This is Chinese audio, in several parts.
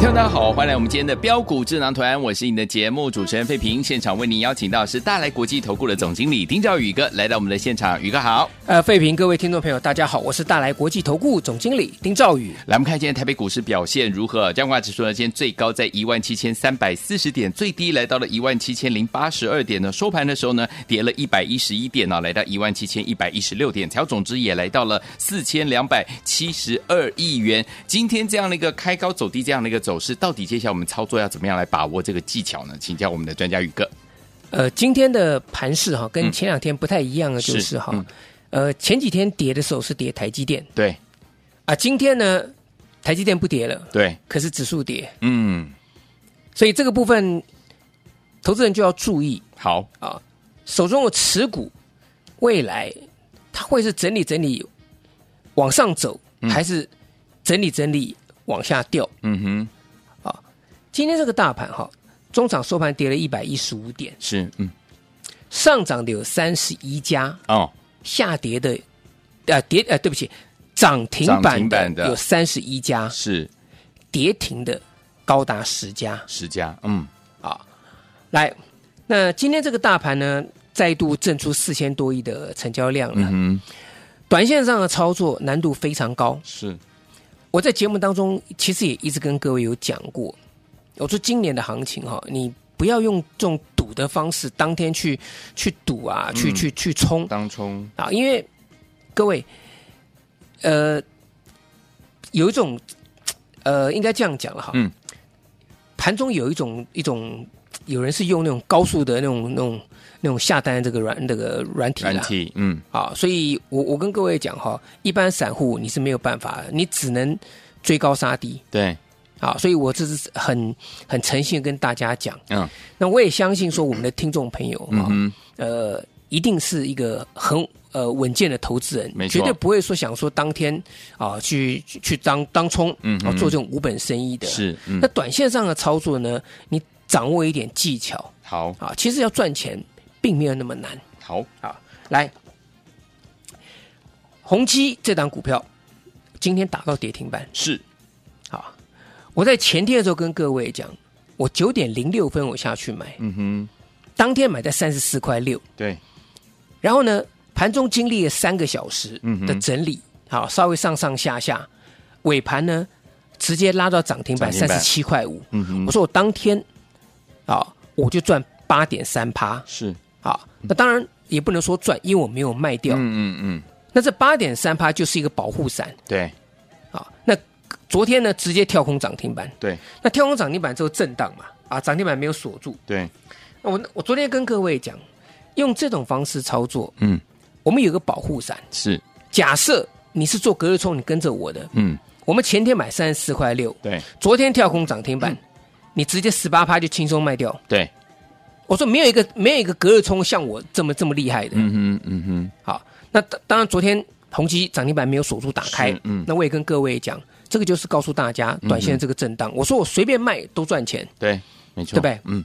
听众大家好，欢迎来我们今天的标股智囊团，我是你的节目主持人费平，现场为您邀请到是大来国际投顾的总经理丁兆宇哥来到我们的现场，宇哥好。呃，费评各位听众朋友，大家好，我是大来国际投顾总经理丁兆宇。来，我们看今天台北股市表现如何？加挂指数呢，今天最高在一万七千三百四十点，最低来到了一万七千零八十二点呢。收盘的时候呢，跌了一百一十一点啊，来到一万七千一百一十六点，调总值也来到了四千两百七十二亿元。今天这样的一个开高走低这样的一个走势，到底接下来我们操作要怎么样来把握这个技巧呢？请教我们的专家宇哥。呃，今天的盘势哈、跟前两天不太一样的就是哈、嗯呃，前几天跌的时候是跌台积电对啊，今天呢，台积电不跌了，对，可是指数跌，嗯，所以这个部分投资人就要注意好，啊，手中的持股未来它会是整理整理往上走，还是整理整理往下掉？嗯哼，今天这个大盘哈、中场收盘跌了一百一十五点，是，嗯，上涨的有三十一家，哦，下跌的，呃跌呃对不起，涨停涨板停板的的有三十一家，是跌停的高达十家。十家，嗯，来，那今天这个大盘呢，再度震出四千多亿的成交量了。嗯，短线上的操作难度非常高，是，我在节目当中其实也一直跟各位有讲过，我说今年的行情哈、你不要用这种赌的方式，当天去去赌啊，嗯去去去冲当冲，啊，因为各位，呃，有一种呃，应该这样讲了哈，嗯，盘中有一种一种，有人是用那种高速的那种那种那种下单的这个软那个软体啦软体，嗯，啊，所以我我跟各位讲哈，一般散户你是没有办法，你只能追高杀低对，啊，所以我这是很很诚信地跟大家讲，嗯，那我也相信说我们的听众朋友嗯哈，哼，呃，一定是一个很呃稳健的投资没人，错绝对不会说想说当天啊去去去当当冲，嗯啊哼做这种无本生意的。，是，嗯那，短线上的操作呢，你掌握一点技巧好，啊，其实要赚钱并没有那么难。好，来，宏基这档股票今天打到跌停板是，啊！我在前天的时候跟各位讲，我九点零六分我下去买，嗯哼，当天买在三十四块六，对，然后呢，盘中经历了三个小时嗯哼的整理，好、稍微上上下下，尾盘呢直接拉到涨停板涨停三板十七块五。嗯哼我，说我当天啊，我就赚八点三趴是，啊！那当然也不能说赚，因为我没有卖嗯掉。嗯嗯，那这八点三趴就是一个保护伞对啊。那昨天呢，直接跳空涨停板，对那跳空涨停板之后震荡嘛，啊，涨停板没有锁住。对，那我我昨天跟各位讲，用这种方式操作，嗯，我们有个保护伞。是，假设你是做隔日冲，你跟着我的，嗯，我们前天买三十四块六，对昨天跳空涨停嗯板，你直接十八趴就轻松卖掉。对，我说没有一个没有一个隔日冲像我这么这么厉害的。嗯哼嗯哼，好，那当当然昨天宏基涨停板没有锁住打开是，嗯那我也跟各位讲，这个就是告诉大家短线的这个震嗯荡。我说我随便卖都赚钱，对，没错，对不对嗯，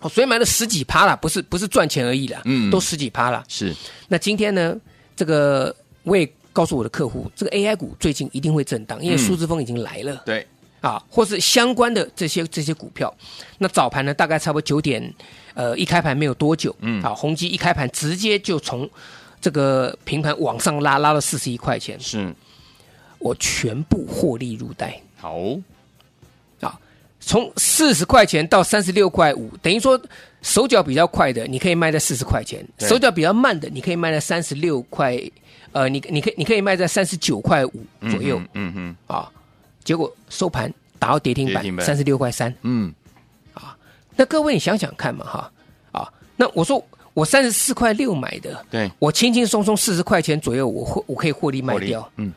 我随便买了十几趴啦，不是不是赚钱而已啦，嗯都十几趴啦。是，那今天呢，这个我也告诉我的客户，这个 AI 股最近一定会震荡，因为嗯数字风已经来了、对，啊，或是相关的这些这些股票。那早盘呢，大概差不多九点，呃，一开盘没有多久，嗯，啊，宏基一开盘直接就从这个平盘往上拉，拉到四十一块钱，是，我全部获利入袋好，啊。从四十块钱到三十六块五，等于说手脚比较快的，你可以卖在四十块钱；对手脚比较慢的，你可以卖在三十六块，呃，你你可以你可以卖在三十九块五左右、嗯哼，啊。结果收盘打到跌停跌停板板三十六块三，嗯，那各位你想想看嘛，哈，啊，那我说我三十四块六买的，对，我轻轻松松四十块钱左右，我获我可以获利卖获利掉，，嗯，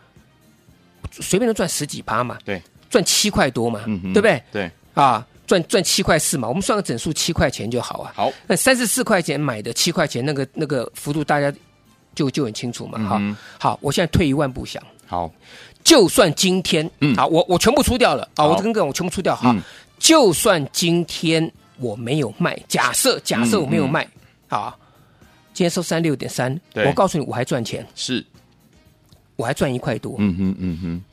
随便都赚十几趴嘛，对，赚七块多嘛，嗯哼对不对？对，啊，赚赚七块四嘛，我们算个整数七块钱就好啊。好，那三十四块钱买的七块钱那个那个幅度，大家就就很清楚嘛。哈、嗯哼好，我现在退一万步想，好，就算今天，嗯好，我我全部出掉了啊，好我跟各位我全部出掉哈、嗯就算今天我没有卖，假嗯设假设我没有卖，好，今天收三六点三，对我告诉你我还赚钱，是，我还赚一块多。嗯哼，嗯哼，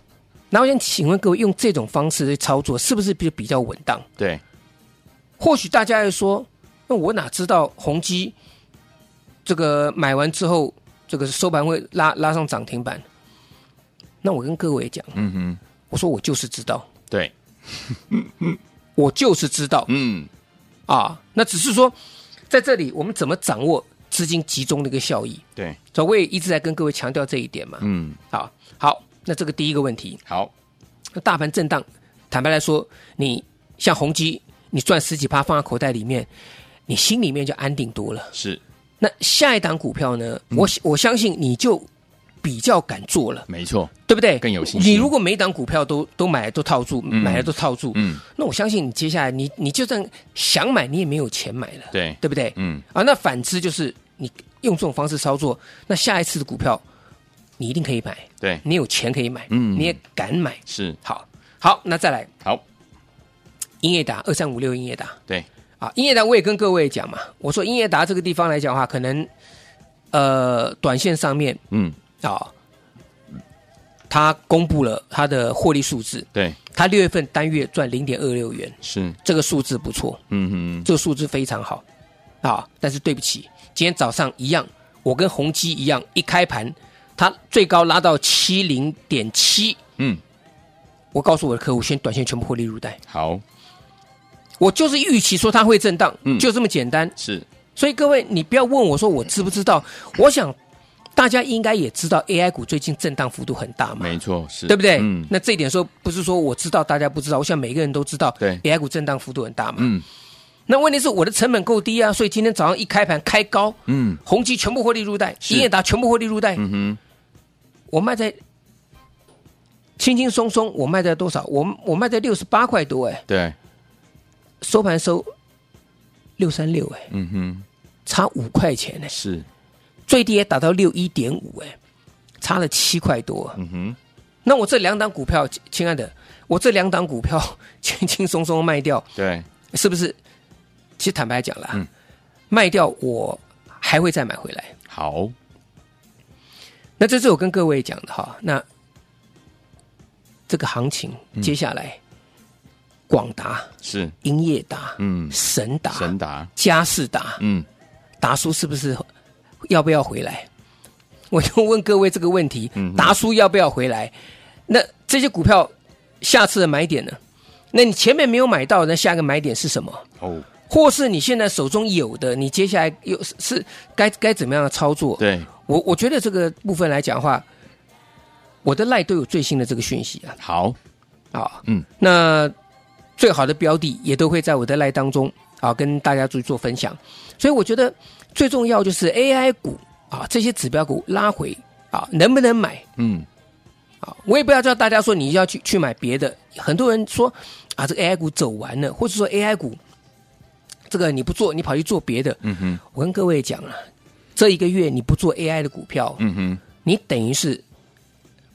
那我想请问各位，用这种方式去操作，是不是比比较稳当？对，或许大家会说，那我哪知道宏基这个买完之后，这个收盘会拉拉上涨停板？那我跟各位讲，嗯哼，我说我就是知道，对，我就是知道嗯，啊。那只是说，在这里我们怎么掌握资金集中的一个效益？对，所以我也一直在跟各位强调这一点嘛。嗯，好，好，那这个第一个问题，好，那大盘震荡，坦白来说，你像宏基，你赚十几趴放在口袋里面，你心里面就安定多了。是，那下一档股票呢？嗯我我相信你就比较敢做了，没错，对不对？更有信心你如果每一档股票都都买都套住，买了都套住，嗯，那我相信你接下来你你就算想买，你也没有钱买了，对，对不对？嗯，啊，那反之就是你用这种方式操作，那下一次的股票你一定可以买，对，你有钱可以买，嗯你也敢买。是，好，好，那再来好，英业达二三五六英业达，对，啊，英业达我也跟各位讲嘛，我说英业达这个地方来讲的话，可能呃，短线上面嗯，啊，它公布了它的获利数字，对，它六月份单月赚零点二六元，是，这个数字不错，嗯哼，这个数字非常好啊。但是对不起，今天早上一样，我跟宏基一样，一开盘它最高拉到七零点七，嗯，我告诉我的客户，先短线全部获利入袋，好，我就是预期说它会震荡，嗯就这么简单。是，所以各位，你不要问我说我知不知道，我想大家应该也知道 AI 股最近震荡幅度很大嘛，没错，是，对不对？嗯，那这一点说不是说我知道大家不知道，我想每个人都知道，对 AI 股震荡幅度很大嘛。嗯，那问题是我的成本够低啊，所以今天早上一开盘开高，嗯，宏基全部获利入袋，是英业达全部获利入袋，嗯哼，我卖在轻轻松松，我卖在多少？我我卖在六十八块多哎，对，收盘收六三六哎，嗯哼，差五块钱哎。是，最低也打到六一点五，哎，差了七块多。嗯哼，那我这两档股票，亲亲爱的，我这两档股票 轻轻松松卖掉，对，是不是？其实坦白讲啦，嗯卖掉我还会再买回来。好，那这是我跟各位讲的哈。那这个行情嗯接下来，广达、是，英业达、嗯，神达、神达，嘉士达、嗯，达叔是不是要不要回来？我就问各位这个问题嗯哼：达叔要不要回来？那这些股票下次的买点呢？那你前面没有买到，那下一个买点是什么？哦，或是你现在手中有的，你接下来又是是该该怎么样的操作？对，我我觉得这个部分来讲的话，我的赖都有最新的这个讯息啊好，啊，嗯，那最好的标的也都会在我的赖当中啊，跟大家去做分享。所以我觉得最重要就是 AI 股啊，这些指标股拉回啊，能不能买嗯，啊？我也不要叫大家说你要去去买别的，很多人说啊，这个 AI 股走完了，或者说 AI 股这个你不做，你跑去做别的。嗯哼，我跟各位讲了、这一个月你不做 AI 的股票，嗯哼，你等于是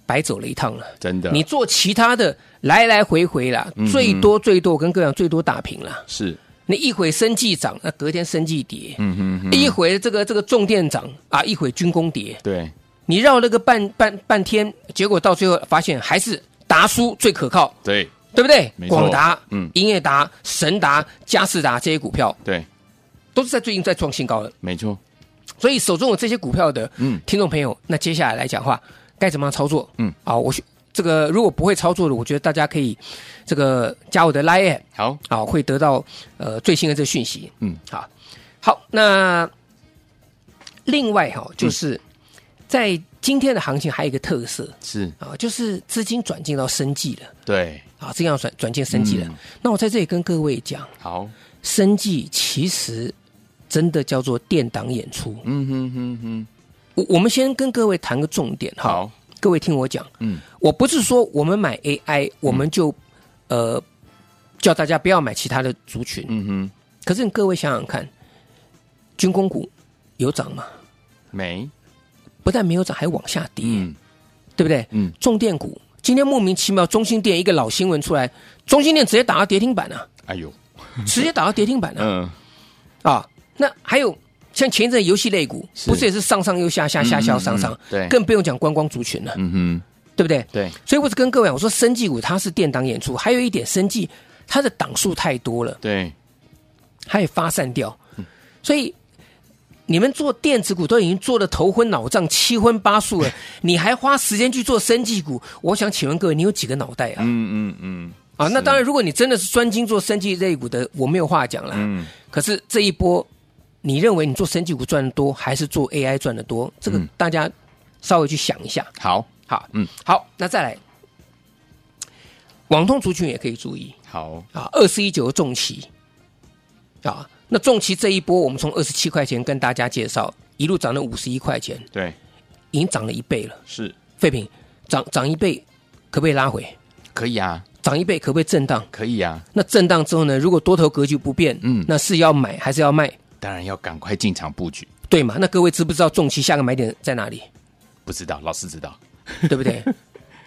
白走了一趟了。真的，你做其他的来来回回啦，啊嗯最多最多，我跟各位讲，最多打平啦。是，你一会生计涨，那隔天生计跌；嗯哼哼，一会这个这个重电涨啊，一会军工跌。对，你绕了个半半半天，结果到最后发现还是达叔最可靠，对，对不对没？错广达、嗯英业达、神达、嘉士达这些股票对，都是在最近在创新高的，没错，所以手中有这些股票的嗯，听众朋友，那接下来来讲话，该怎么样操作？嗯，啊，我是这个如果不会操作的，我觉得大家可以这个加我的 Line 好，啊，会得到呃最新的这个讯息。嗯，好，好，那另外哈、嗯就是在今天的行情还有一个特色是，啊，就是资金转进到生计了对，啊，这样转转进生计了。嗯那我在这里跟各位讲，好，生技其实真的叫做电档演出。嗯哼哼哼，我我们先跟各位谈个重点哈，好，各位听我讲，嗯，我不是说我们买 AI 我们就、呃叫大家不要买其他的族群，嗯哼，可是你各位想想看，军工股有涨吗？没，不但没有涨，还往下跌，嗯对不对？嗯，重电股今天莫名其妙，中心电一个老新闻出来，中心电直接打到跌停板啊，哎呦，直接打到跌停板啊！嗯，啊，那还有像前一阵游戏类股，是不是也是上上又下下，下下又嗯上嗯上嗯，对更不用讲观光族群了，嗯哼，对不对？对，所以我是跟各位讲，我说生技股它是垫档演出，还有一点生技它的档数太多了，对，它也发散掉，所以。你们做电子股都已经做的头昏脑胀、七荤八 素了，你还花时间去做生技股？我想请问各位，你有几个脑袋啊？嗯嗯嗯，啊，那是当然，如果你真的是专精做生技类股的，我没有话讲了。嗯，可是这一波，你认为你做生技股赚的多，还是做 AI 赚的多？这个嗯大家稍微去想一下。好，好，嗯，好，那再来，网通族群也可以注意好，啊，二四一九的重旗啊，那重旗这一波，我们从二十七块钱跟大家介绍，一路涨到五十一块钱，对，已经涨了一倍了。是废品涨涨一倍，可不可以拉回？可以啊，涨一倍可不可以震荡？可以啊，那震荡之后呢？如果多头格局不变，嗯嗯，那是要买还是要卖，当然要赶快进场布局。对嘛？那各位知不知道重期下个买点在哪里？不知道，老师知道。对不对？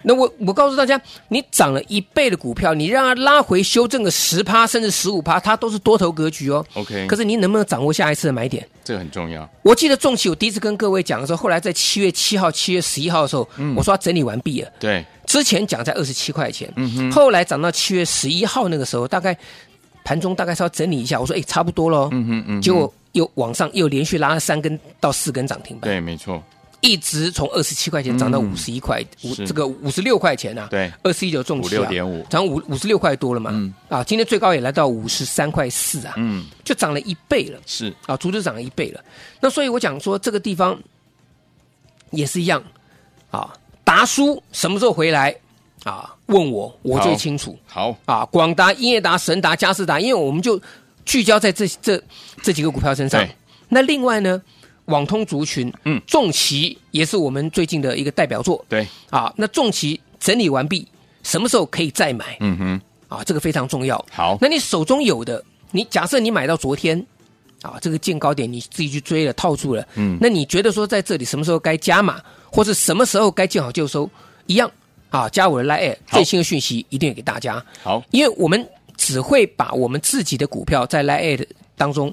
那我我告诉大家，你涨了一倍的股票，你让它拉回修正个十趴甚至十五趴，它都是多头格局哦。 OK，可是是你能不能掌握下一次的买点？这个很重要。我记得重期我第一次跟各位讲的时候，后来在七月七号、七月十一号的时候，嗯我说它整理完毕了。对，之前讲在二十七块钱，嗯后来涨到七月十一号那个时候，大概盘中大概稍微整理一下，我说哎、差不多喽，嗯哼嗯哼结果又往上又连续拉了三根到四根涨停板，对，没错，一直从二十七块钱涨到五十一块五，嗯是这个五十六块钱啊，对二十一九重期啊， 56.5涨五五十六块多了嘛，嗯啊，今天最高也来到五十三块四啊，嗯，就涨了一倍了。是，啊，足足涨了一倍了。那所以我讲说，这个地方也是一样啊。达叔什么时候回来啊？问我，我最清楚好，啊。广达、英业达、神达、嘉士达，因为我们就聚焦在这这这几个股票身上对。那另外呢，网通族群，嗯重旗也是我们最近的一个代表作对，啊。那重旗整理完毕，什么时候可以再买嗯哼，啊？这个非常重要。好，那你手中有的，你假设你买到昨天，啊，这个见高点你自己去追了套住了，嗯那你觉得说在这里什么时候该加码，或是什么时候该见好就收，一样啊，加我的 line，好最新的讯息一定要给大家，好，因为我们只会把我们自己的股票在 line 当中。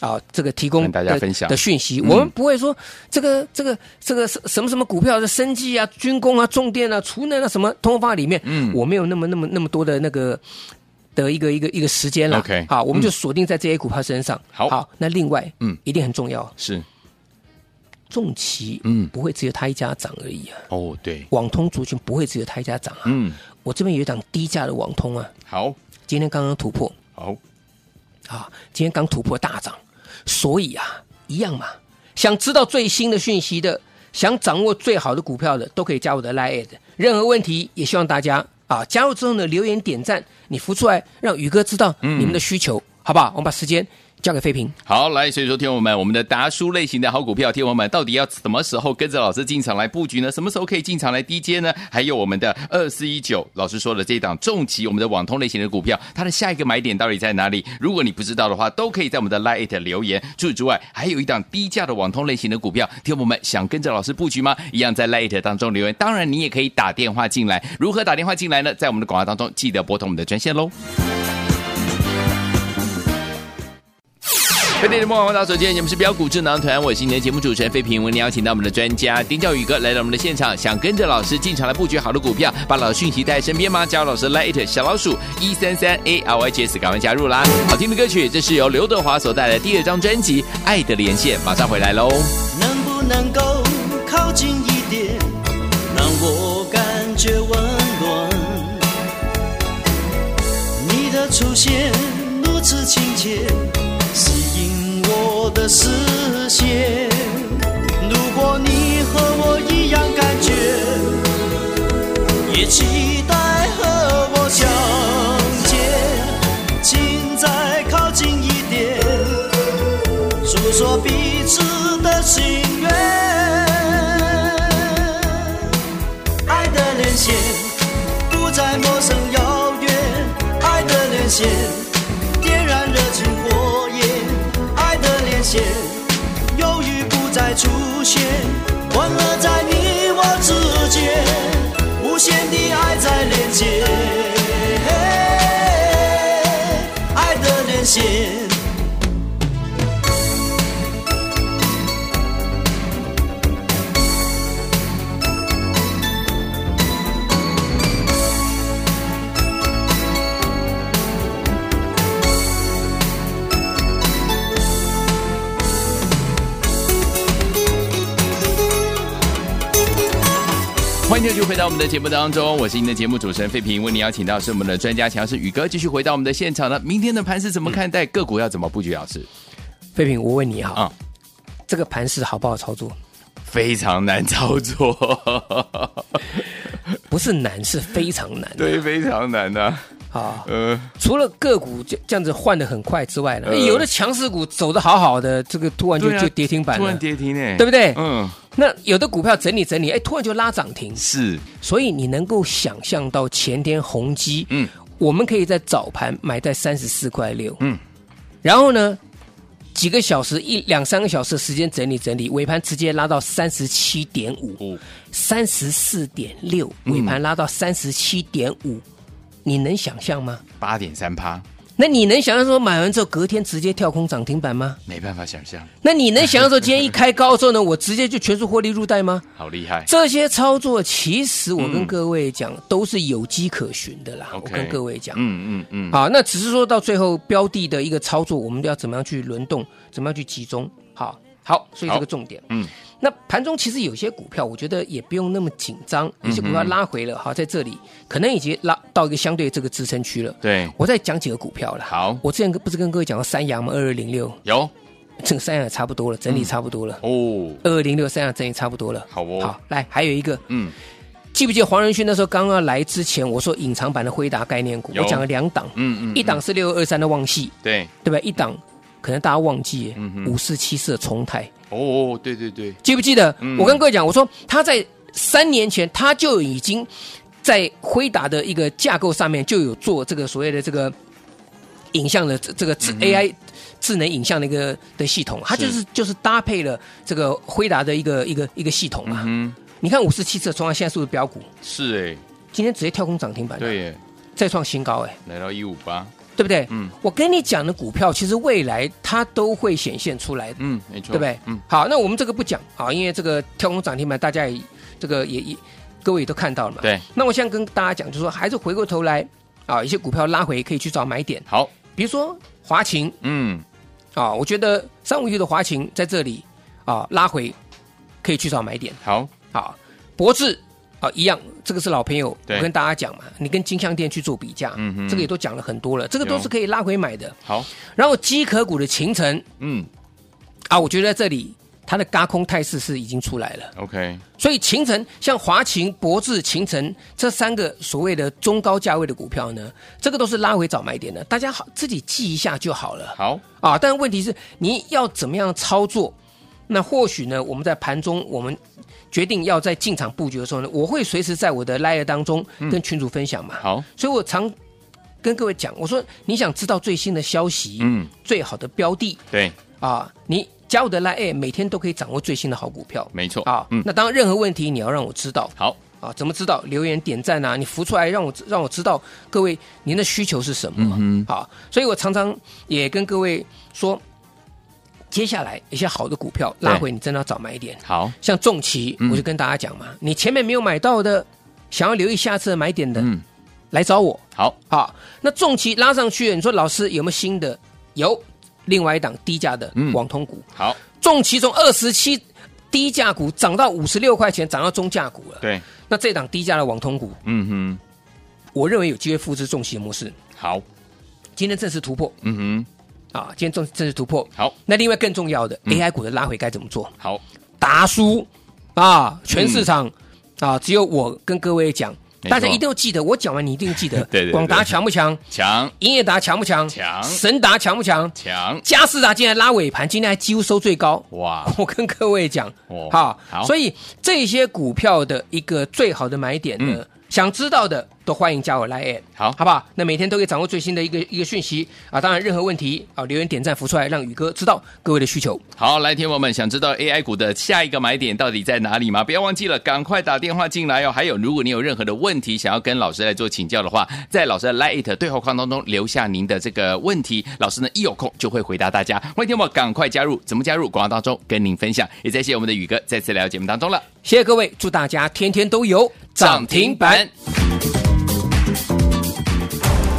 啊，这个提供跟大家的分享的讯息，嗯我们不会说这个、这个、这个什么什么股票的生计啊、军工啊、重电啊、储能啊什么通发里面，嗯我没有那么、那么、那么多的那个的一个一个一个时间了。 OK 好，我们就锁定在这些股票身上。好那另外，嗯嗯，一定很重要，是，重旗，嗯嗯，不会只有它一家涨而已啊。哦，对，网通族群不会只有它一家涨啊。嗯，我这边有一档低价的网通啊，好，今天刚刚突破好，啊，今天刚突破大涨，所以啊，一样嘛。想知道最新的讯息的，想掌握最好的股票的，都可以加我的 Line。任何问题也希望大家啊，加入之后呢，留言点赞，你浮出来，让宇哥知道嗯你们的需求，好不好？我们把时间交给飞平。好，来，所以说，听友们，我们的达叔类型的好股票，听友们到底要什么时候跟着老师进场来布局呢？什么时候可以进场来低接呢？还有我们的二四一九，老师说了这一档重疾，我们的网通类型的股票，它的下一个买点到底在哪里？如果你不知道的话，都可以在我们的 Lite 留言。除此之外，还有一档低价的网通类型的股票，听友们想跟着老师布局吗？一样在 Lite 当中留言，当然你也可以打电话进来。如何打电话进来呢？在我们的广告当中，记得拨通我们的专线喽。飞碟的梦王大手见，你们是标股智囊团，我是你的节目主持人费平。我们邀请到我们的专家丁兆宇哥来到我们的现场，想跟着老师进场来布局好的股票，把老师讯息带在身边吗？加入老师 Light 小老鼠一三三 A R Y G S，赶快加入啦！好听的歌曲，这是由刘德华所带来的第二张专辑《爱的连线》，马上回来喽。能不能够靠近一点，让我感觉温暖？你的出现如此亲切，吸引我的视线。如果你和我一样感觉，也期待和我相见，请再靠近一说彼此的心愿。爱的连线，不再陌生遥远。爱的连线，点燃热情火焰。爱的连线，忧郁不再出现，欢乐在你我之间，无限的爱在连接。爱的连线。欢迎继续回到我们的节目当中，我是您的节目主持人费平，为您邀请到是我们的专家强势宇哥，继续回到我们的现场了。明天的盘是怎么看待？个股要怎么布局？老师废品，我问你哈，啊，这个盘势好不好操作？非常难操作，不是难，是非常难对，非常难呐、啊。呃，除了个股这这样子换的很快之外呢，呃有的强势股走的好好的，这个突然就、对啊就跌停板突然了，跌停呢，对不对？嗯，那有的股票整理整理，哎，突然就拉涨停，是，所以你能够想象到前天宏基，嗯，我们可以在早盘买在三十四块六，嗯，然后呢，几个小时一两三个小时的时间整理整理，尾盘直接拉到三十七点五，哦，嗯三十四点六，尾盘拉到三十七点五，你能想象吗？八点三趴，那你能想象说买完之后隔天直接跳空涨停板吗？没办法想象，那你能想象说今天一开高之后呢，我直接就全数获利入袋吗？好厉害，这些操作其实我跟各位讲、都是有迹可循的啦。 OK 我跟各位讲，嗯嗯嗯，好，那只是说到最后标的的一个操作，我们要怎么样去轮动，怎么样去集中。好，好，所以好这个重点。嗯，那盘中其实有些股票，我觉得也不用那么紧张，有些股票拉回嗯了，好，在这里可能已经拉到一个相对这个支撑区了。对，我再讲几个股票了。好我之前不是跟各位讲到三阳吗？二二零六， 有这个三阳也差不多了，整理差不多了。哦，二二零六三阳整理差不多了。嗯好哦好，来还有一个，嗯，记不记得黄仁勋那时候刚刚来之前，我说隐藏版的辉达概念股，有我讲了两档，嗯嗯一档是六二三的旺系，对，对吧？一档可能大家忘记嗯哼五四七四的重台，哦，对对对，记不记得？嗯我跟各位讲，我说他在三年前他就已经在辉达的一个架构上面就有做这个所谓的这个影像的这这个智嗯 AI。智能影像的一个的系统，它就是就是搭配了这个辉达的一个一个一个系统嘛。嗯，你看五四七次的重现在是不是标股？是今天直接跳空涨停板，哎，，对耶，再创新高，哎，来到一五八，对不对？嗯我跟你讲的股票，其实未来它都会显现出来，嗯，没错，对不对？嗯，好，那我们这个不讲啊，因为这个跳空涨停板，大家也这个也也各位也都看到了嘛。。对，那我现在跟大家讲，就是说还是回过头来啊，一些股票拉回可以去找买点，好，比如说华勤嗯，啊，我觉得三五一的华勤在这里啊拉回可以去找买点。好，好，博智啊，一样，这个是老朋友，对我跟大家讲嘛，你跟金项店去做比价，嗯哼这个也都讲了很多了，这个都有是可以拉回买的。好，然后机壳股的秦城嗯啊，我觉得在这里它的嘎空态势是已经出来了， ，OK，所以秦城像华勤、博智、秦城这三个所谓的中高价位的股票呢，这个都是拉回找买点的，大家好自己记一下就好了。好，啊，但问题是你要怎么样操作？那或许呢，我们在盘中我们决定要在进场布局的时候呢，我会随时在我的 live 当中跟群主分享嘛。嗯好，所以我常跟各位讲，我说你想知道最新的消息，嗯，最好的标的对，啊，你加我的 live，每天都可以掌握最新的好股票。没错，啊，嗯，那当然，任何问题你要让我知道好，啊，怎么知道？留言点赞啊，你浮出来让我知让我知道各位您的需求是什么。嗯好，所以我常常也跟各位说，接下来一些好的股票对拉回，你真的要早买一点。好，像重旗，嗯我就跟大家讲嘛，你前面没有买到的，想要留意下次的买点的，嗯，来找我。好，好，那重旗拉上去了，你说老师有没有新的？有，另外一档低价的嗯网通股，好，重旗从二十七低价股涨到五十六块钱，涨到中价股了。对，那这档低价的网通股，嗯我认为有机会复制重旗的模式，哼，好，今天正式突破嗯啊！今天正正式突破。哼，好，那另外更重要的嗯 AI 股的拉回该怎么做？好，达叔啊，全市场、啊，只有我跟各位讲，没错大家一定要记得，我讲完你一定记得。 对对对广达强不强？强英业达强不强？强神达强不强？强嘉士达今天拉尾盘，今天还几乎收最高。哇，啊 我跟各位讲，哦好好，所以这些股票的一个最好的买点呢，嗯想知道的都欢迎加我 Line，好好不好？那每天都可以掌握最新的一个一个讯息啊，当然任何问题啊，留言点赞浮出来，让宇哥知道各位的需求。好，来，听友们，想知道 AI 股的下一个买点到底在哪里吗？不要忘记了，赶快打电话进来哦。还有，如果你有任何的问题想要跟老师来做请教的话，在老师的 Lite 对话框当中留下您的这个问题，老师呢一有空就会回答大家。欢迎听友们赶快加入，怎么加入？广告当中跟您分享。也再谢我们的宇哥再次来到节目当中了，谢谢各位，祝大家天天都有。